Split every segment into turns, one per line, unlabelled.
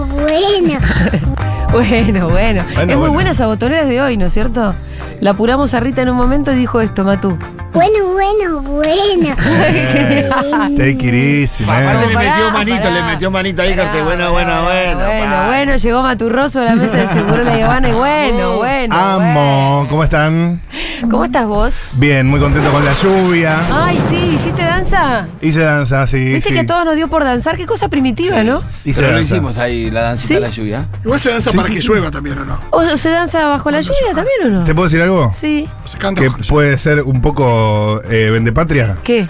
Bueno, bueno, bueno.
Bueno, bueno,
Bueno,
Es muy
bueno.
buena esa botonera de hoy, ¿no es cierto? La apuramos a Rita en un momento y dijo esto, Matú.
Bueno, bueno, bueno.
Genial.
Eh, Take it easy,
Aparte
man.
le metió manito,
le metió manito ahí, corte, bueno, bueno, bueno,
Bueno,
pa.
bueno, llegó Maturroso a la mesa de seguro la Habana y bueno, bueno.
Amo, ¿cómo están?
bueno. ¿Cómo estás vos?
Bien, muy contento con la lluvia.
Ay, sí, ¿hiciste danza?
Hice danza, sí.
Viste
sí.
que a todos nos dio por danzar, qué cosa primitiva, ¿no?
Hice
Pero lo
danza.
hicimos ahí, la dancita
¿Sí?
de la lluvia.
Igual se danza para que llueva también, ¿o no?
¿O, o se danza bajo la lluvia también o no?
¿Te puedo decir algo?
Sí.
O se canta
Que
bajo la lluvia.
puede ser un poco eh, vendepatria.
¿Qué?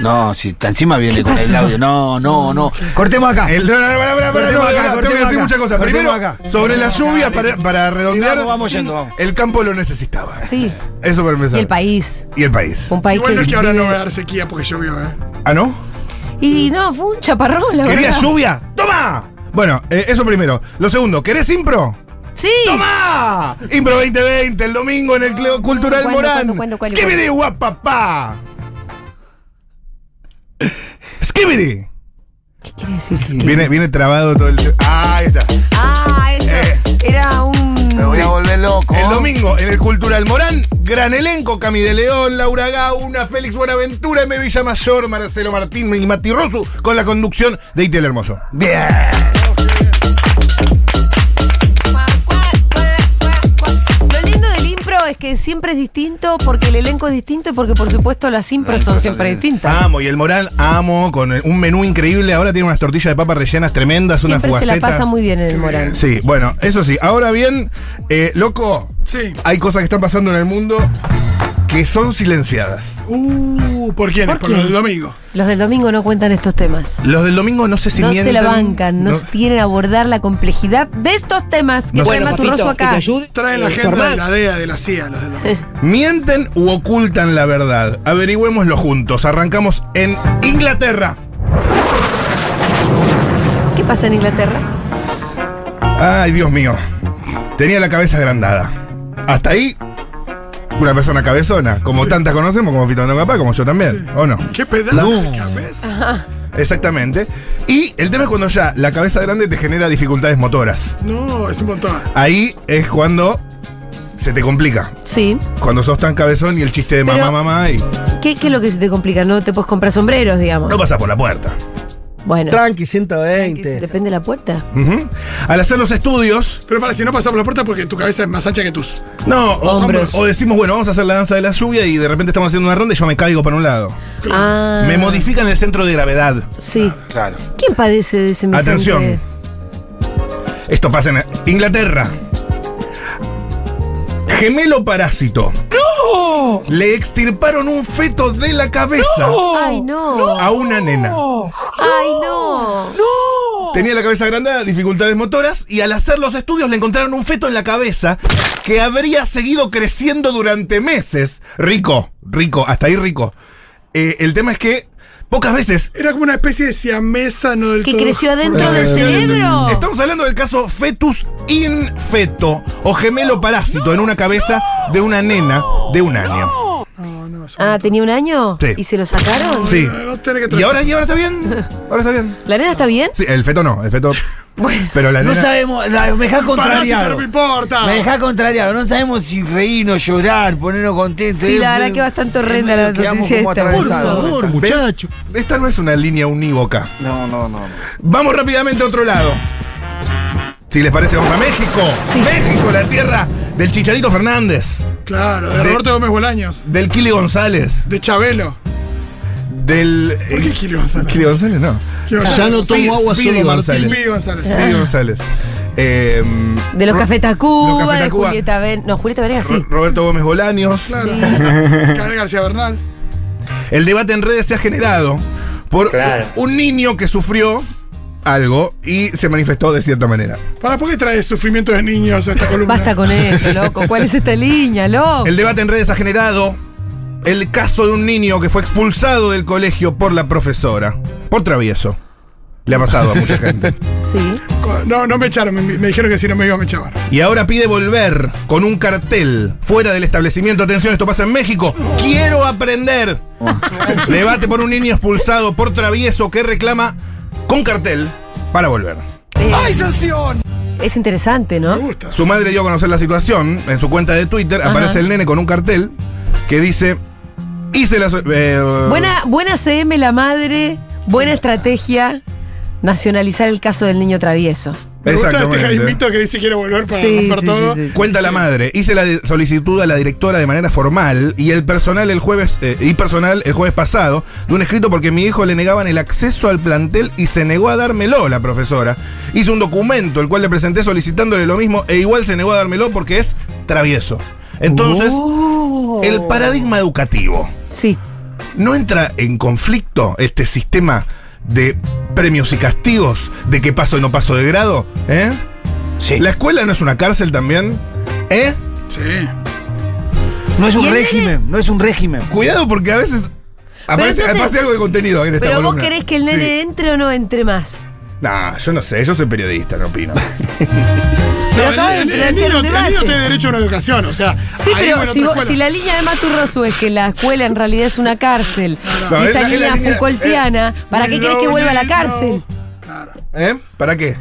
No, si ta- encima viene
¿Qué
con el
pasó?
audio. No, no, no. Cortemos acá.
El, no, no, no, pará, pará, pará,
Cortemos
no, no,
acá,
tengo que
cortemos
decir
acá,
muchas cosas.
cortemos
Primero,
acá.
sobre la lluvia, para, para redondear,
Vamos, vamos
sí,
yendo, vamos.
el campo lo necesitaba.
Sí.
Eso para empezar.
Y el país.
Y el país.
Un país
Igual
que.
no es que ahora no
vive-
va a dar sequía porque llovió, ¿eh?
¿Ah, no?
Y no, fue un chaparrón, la
¿Querías
verdad.
lluvia? ¡Toma! Bueno, eh, eso primero. Lo segundo, ¿querés impro?
Sí.
¡Tomá! Impro 2020, el domingo en el Club Cultural
Ah, ¿Cuándo,
Morán.
cuándo, cuándo, cuándo,
¡Skibidi, guapapá! ¡Skibidi!
¿Qué quiere decir?
Viene, viene trabado todo el. Ah, ahí está.
Ah, eso.
Eh.
Era
Me
un.
voy a volver loco.
El domingo en el Cultural Morán, gran elenco, Cami de León, Laura Gauna, Félix Buenaventura, M. Villamayor, Marcelo Martín y Mati Rosu, con la conducción de Itel Hermoso.
Bien.
Lo lindo del impro es que siempre es distinto porque el elenco es distinto y porque, por supuesto, las impros son siempre distintas.
Amo, y el Morán, amo, con el- un menú increíble. Ahora tiene unas tortillas de papas rellenas tremendas, unas
Siempre se la
fugacetas.
pasa muy bien en el Morán.
Sí, bueno, eso sí. Ahora bien, eh, loco,
Sí.
hay cosas que están pasando en el mundo que son silenciadas.
Uh, ¿por quiénes?
¿Por
Por,
quién?
los del domingo.
Los del domingo no cuentan estos temas.
Los del domingo no sé si
no se
mienten,
la bancan, no,
no-
tienen a abordar la complejidad de estos temas que
No sé.
trae Maturroso acá.
Traen la agenda de la DEA, de la CIA, los del domingo.
mienten u ocultan la verdad. Averigüémoslo juntos. Arrancamos en Inglaterra.
¿Qué pasa en Inglaterra?
Ay, Dios mío. Tenía la cabeza agrandada. Hasta ahí, una persona cabezona, como tantas conocemos, como Fito Capaz, como yo también, ¿o no?
¿Qué pedazo de cabeza?
Exactamente. Y el tema es cuando ya la cabeza grande te genera dificultades motoras.
No, es un montón.
Ahí es cuando se te complica.
Sí.
Cuando sos tan cabezón y el chiste de mamá,
Pero-
mamá y.
¿Qué, qué es lo que se te complica? No te puedes comprar sombreros, digamos.
No pasa por la puerta.
bueno.
Tranqui,
Depende de la puerta.
Ujú. Al hacer los estudios,
Pero para, si no pasamos la puerta porque tu cabeza es más ancha que tus.
no, o,
Hombros.
o decimos, bueno, vamos a hacer la danza de la lluvia y de repente estamos haciendo una ronda y yo me caigo para un lado.
Ah,
Me modifican el centro de gravedad.
Sí.
Claro.
¿Quién padece de ese
Atención. Esto pasa en Inglaterra. Gemelo parásito. ¡No! Le extirparon un feto de la cabeza
Ay, no.
a una nena.
Ay, no.
Tenía la cabeza agrandada, dificultades motoras, y al hacer los estudios le encontraron un feto en la cabeza que habría seguido creciendo durante meses. Rico, rico, hasta ahí rico. Eh, el tema es que pocas veces. Eh,
Era como una especie de siamesa, no del
¿Que
todo.
creció adentro del cerebro?
Estamos hablando del caso fetus infeto o gemelo parásito en una cabeza de una nena de un año.
Ah, ¿tenía un año?
Sí.
¿Y se lo sacaron?
Sí.
No, no tenés que
Y
traer-
ahora, y ahora está bien. Ahora está bien.
¿La nena está bien?
Sí, el feto no, el feto.
Bueno.
Pero la
No
nena.
sabemos, la- me deja
Parásito, no
contrariado.
me importa.
Me deja contrariado, no sabemos si reírnos, llorar, ponernos contentos.
Sí,
Eh,
la
eh,
verdad que bastante horrenda la
quedamos
noticia
como
esta.
Por
atravesados.
favor,
¿Ves?
muchacho.
Esta no es una línea unívoca.
No, no, no. no.
Vamos rápidamente a otro lado. Si les parece, vamos a México.
Sí.
México, la tierra del Chicharito Fernández,
Claro, de
De-
Roberto Gómez Bolaños.
del Kili González,
De Chabelo.
del. eh,
¿Por qué Kili González?
Kili González, no.
Ah.
Kili
Ya
González.
no tomo agua
Speedy
solo Martín.
González.
Kili González.
Speedy González. Eh,
De los
Ro-
Café Tacuba,
Los Café
de
Tacuba.
Julieta Ven. No, Julieta Venegas sí.
Ro- Roberto Gómez Bolaños.
Claro.
Sí.
Karen García Bernal.
El debate en redes se ha generado por
Claro.
un niño que sufrió algo y se manifestó de cierta manera.
¿Para por qué traes sufrimiento de niños a esta columna?
Basta con esto, loco. ¿Cuál es esta línea, loco?
El debate en redes ha generado el caso de un niño que fue expulsado del colegio por la profesora. Por travieso. Le ha pasado a mucha gente.
Sí.
No, no me echaron, me, me dijeron que si no me iban a echar.
Y ahora pide volver con un cartel fuera del establecimiento. Atención, esto pasa en México. Quiero aprender. Debate por un niño expulsado por travieso que reclama con cartel para volver.
Eh,
sanción!
es interesante,
Me
¿no?
gusta.
Su madre dio a conocer la situación en su cuenta de Twitter.
Ajá.
Aparece el nene con un cartel que dice: Hice la. so- eh,
Buena, buena CM la madre, buena estrategia. Nacionalizar el caso del niño travieso.
Me gusta este
Exactamente.
jaimito que dice quiere volver para
Sí,
romper
sí,
todo.
sí, sí, sí.
Cuenta la madre, hice la de- solicitud a la directora de manera formal y el personal el jueves eh, y personal el jueves pasado de un escrito porque mi hijo le negaban el acceso al plantel y se negó a dármelo la profesora. Hice un documento el cual le presenté solicitándole lo mismo e igual se negó a dármelo porque es travieso. Entonces,
Oh.
el paradigma educativo
Sí.
no entra en conflicto este sistema de premios y castigos de que paso y no paso de grado, ¿eh?
Sí.
La escuela no es una cárcel también, ¿eh?
Sí.
No es
¿Y
un
el nene?
régimen, no es un régimen.
Cuidado porque a veces aparece,
entonces-
aparece algo de contenido en esta
Pero vos
columna.
querés que el nene
Sí.
entre o no entre más.
Nah, yo no sé, yo soy periodista, no opino.
Pero
No,
acabas de
el, el- el
plantear
niño,
un
el niño
debate.
tiene derecho a una educación, o sea.
Sí,
ahí va
pero
en
si,
otra
vos-
escuela.
si la línea de Maturroso es que la escuela en realidad es una cárcel, y esta
No, es la- es la
línea
línea-
Foucaultiana, ¿para qué
We
crees que
know
vuelva a la
you
cárcel?
know. Claro.
¿Eh? ¿Para qué?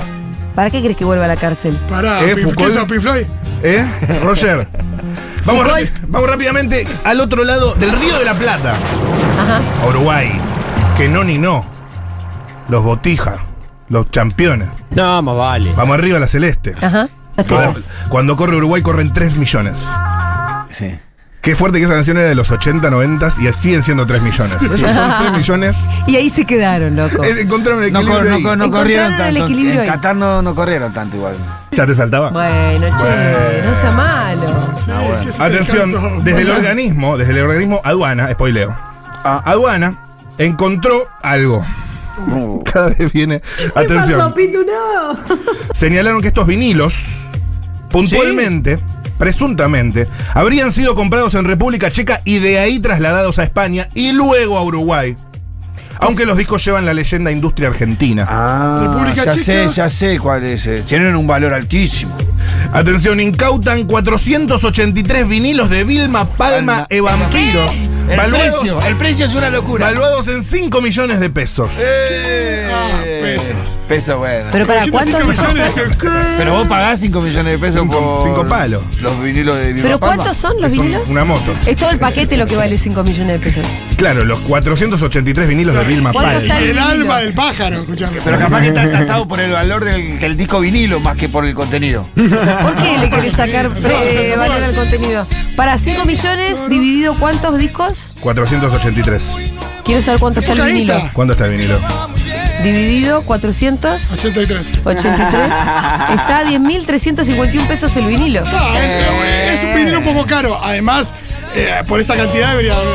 ¿Para qué crees que vuelva a la cárcel?
Pará,
Eh,
Pink-
Foucault.
Ah, ¿qué sos, Pink Floyd?
¿Eh? Roger. Vamos,
Foucault.
rápi- vamos rápidamente al otro lado del Río de la Plata,
Ajá.
a Uruguay. Que no ni no. Los botijas, los campeones.
No, más vale.
Vamos arriba a la celeste.
Ajá. A
Cuando,
todas.
cuando corre Uruguay corren 3 millones.
Sí.
Qué fuerte que esa canción era de los 80, 90 y siguen siendo 3 millones. Esos son 3 millones.
Y ahí se quedaron, loco.
Es encontrar un
No,
equilibrio
cor- no
ahí.
cor- no
Encontraron
corrieron
el
tanto.
equilibrio
En
ahí.
Qatar no, no corrieron tanto igual.
¿Ya te saltaba?
Bueno, che, no sea malo. ah,
Sí, que se te descansó.
Atención, desde el
Bueno,
organismo, desde el organismo aduana, spoileo. A- aduana encontró algo. Cada vez viene. Atención. Señalaron que estos vinilos, puntualmente, presuntamente, habrían sido comprados en República Checa y de ahí trasladados a España y luego a Uruguay. Aunque los discos llevan la leyenda industria argentina.
Ah,
República
ya
Checa.
sé, ya sé cuál es. eh. Tienen un valor altísimo.
Atención, incautan 483 vinilos de Vilma Palma
Palma.
e Vampiro.
El
Valuados-
precio, el precio es una locura.
Valuados en 5 millones de pesos.
Eh,
Ah, pesos.
Peso bueno.
Pero para cuántos
105
millones.
millones.
Pero vos pagás 5 millones de pesos
Cinco-
por.
cinco palos.
Los vinilos de Vilma
¿Pero
Palma.
cuántos son los
Es un-
vinilos?
Una moto.
Es todo el paquete lo que vale 5 millones de pesos.
Claro, los 483 vinilos de Vilma
¿Cuánto
Palma.
está
El
vinilo.
alma del pájaro, escuchame.
Pero capaz que está tasado por el valor del, del disco vinilo más que por el contenido.
¿Por qué le querés sacar eh, valor al contenido? Para 5 millones dividido cuántos discos?
483.
Quiero saber cuánto está el vinilo.
¿Cuánto está el vinilo?
Dividido 483.
83.
Está a 10.351 pesos el vinilo.
Ah, eh, es un vinilo un poco caro. Además, eh, por esa cantidad debería haber.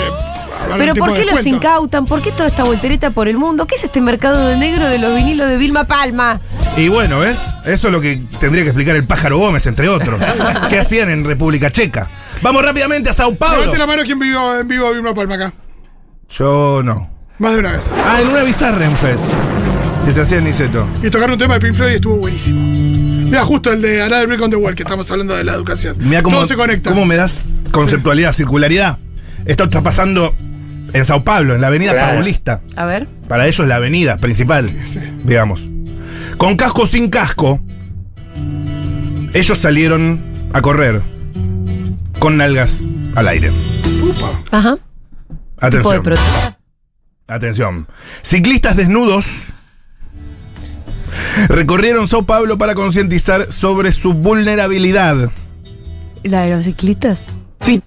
haber
Pero
un tipo
¿por
de
qué los
descuento.
incautan? ¿Por qué toda esta voltereta por el mundo? ¿Qué es este mercado de negro de los vinilos de Vilma Palma?
Y bueno, ¿ves? Eso es lo que tendría que explicar el pájaro Gómez, entre otros. ¿Qué hacían en República Checa? Vamos rápidamente a Sao Paulo.
Levante la mano quien vivió en vivo a Vilma Palma acá.
Yo no.
Más de una vez.
Ah, en una bizarra en Fest. Que se hacía en Niceto.
Y tocaron un tema de Pink Floyd y estuvo buenísimo. Mira, justo el de Another Brick on the Wall, que estamos hablando de la educación.
Mira cómo,
Todo se conecta.
cómo me das conceptualidad, circularidad. Esto está pasando en Sao Paulo, en la avenida Paulista.
A ver.
Para ellos la avenida principal,
sí.
digamos. Con casco o sin casco, ellos salieron a correr con nalgas al aire.
Upa.
Ajá. Tipo de
Atención.
protesta.
Atención. Ciclistas desnudos recorrieron Sao Paulo para concientizar sobre su vulnerabilidad.
¿La de los ciclistas?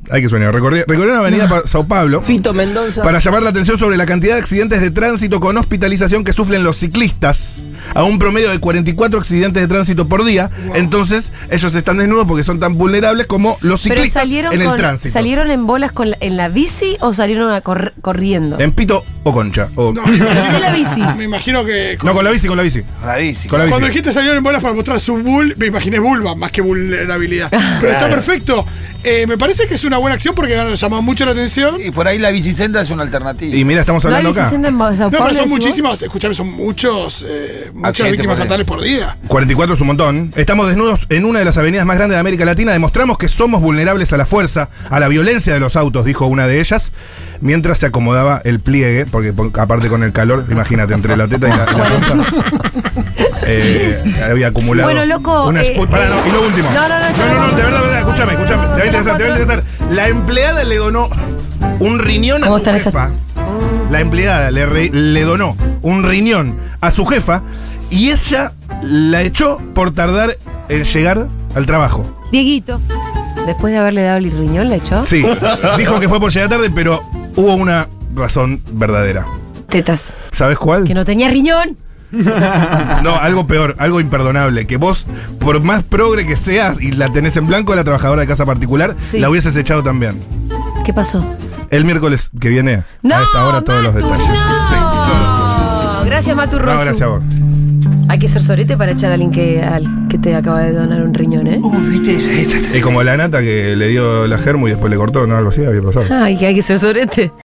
Hay que sueñar. Recorrí, recorrieron la avenida Pa- Sao Paulo
Fito Mendoza.
para llamar la atención sobre la cantidad de accidentes de tránsito con hospitalización que sufren los ciclistas. A un promedio de 44 accidentes de tránsito por día. Entonces, ellos están desnudos porque son tan vulnerables como los
Pero
ciclistas
salieron,
en el
con-
tránsito.
salieron en bolas con la- en la bici o salieron a corr- corriendo.
Em,
En pito o concha. o- No.
Pero sí la bici.
Me imagino que.
con la bici, con la bici.
Con la bici.
Con la
Cuando
bici.
dijiste salieron en bolas para mostrar su bull, me imaginé vulva más que vulnerabilidad. Pero está perfecto. Eh, me parece que es una buena acción porque llamado mucho la atención.
Y por ahí la bicicenda es una alternativa.
Y mira, estamos
No hay
hablando acá.
bicicenda en Sao Paulo.
No, pero son
decís vos?
muchísimas, escuchame, son muchos, eh, muchas
Accidentes
víctimas
por día.
fatales por día.
44 es un montón. Estamos desnudos en una de las avenidas más grandes de América Latina. Demostramos que somos vulnerables a la fuerza, a la violencia de los autos, dijo una de ellas, mientras se acomodaba el pliegue, porque por- aparte con el calor, imagínate, entre la teta y la, la panza, eh, había acumulado.
Bueno, loco,
una
eh,
expo- Pará, no, y lo último.
no, no, no, ya
no, no,
vamos,
de verdad, de verdad,
vamos,
escúchame,
vamos,
escúchame. Te va a
vamos,
interesar, te va a
vamos,
interesar. La empleada le donó un riñón a
¿Cómo
su
están esas-
jefa. La empleada le, re- le donó un riñón a su jefa y ella la echó por tardar en llegar al trabajo.
Dieguito. Después de haberle dado el riñón, la echó.
Sí, dijo que fue por llegar tarde, pero hubo una razón verdadera.
Tetas.
¿Sabes cuál?
Que no tenía riñón.
No, algo peor, algo imperdonable. Que vos, por más progre que seas y la tenés en blanco, la trabajadora de casa particular,
Sí.
la hubieses echado también.
¿Qué pasó?
El miércoles que viene,
No,
a esta hora, todos los
Matu,
detalles.
no.
Sí, todos.
Gracias, Matu
No,
Rosu.
gracias a vos.
Hay que ser sorete para echar a alguien que, al que te acaba de donar un riñón, ¿eh?
Uh, viste, esa- esta-
Y como la nata que le dio la germo y después le cortó, ¿no? Algo así había pasado.
Ay, que hay que ser sorete.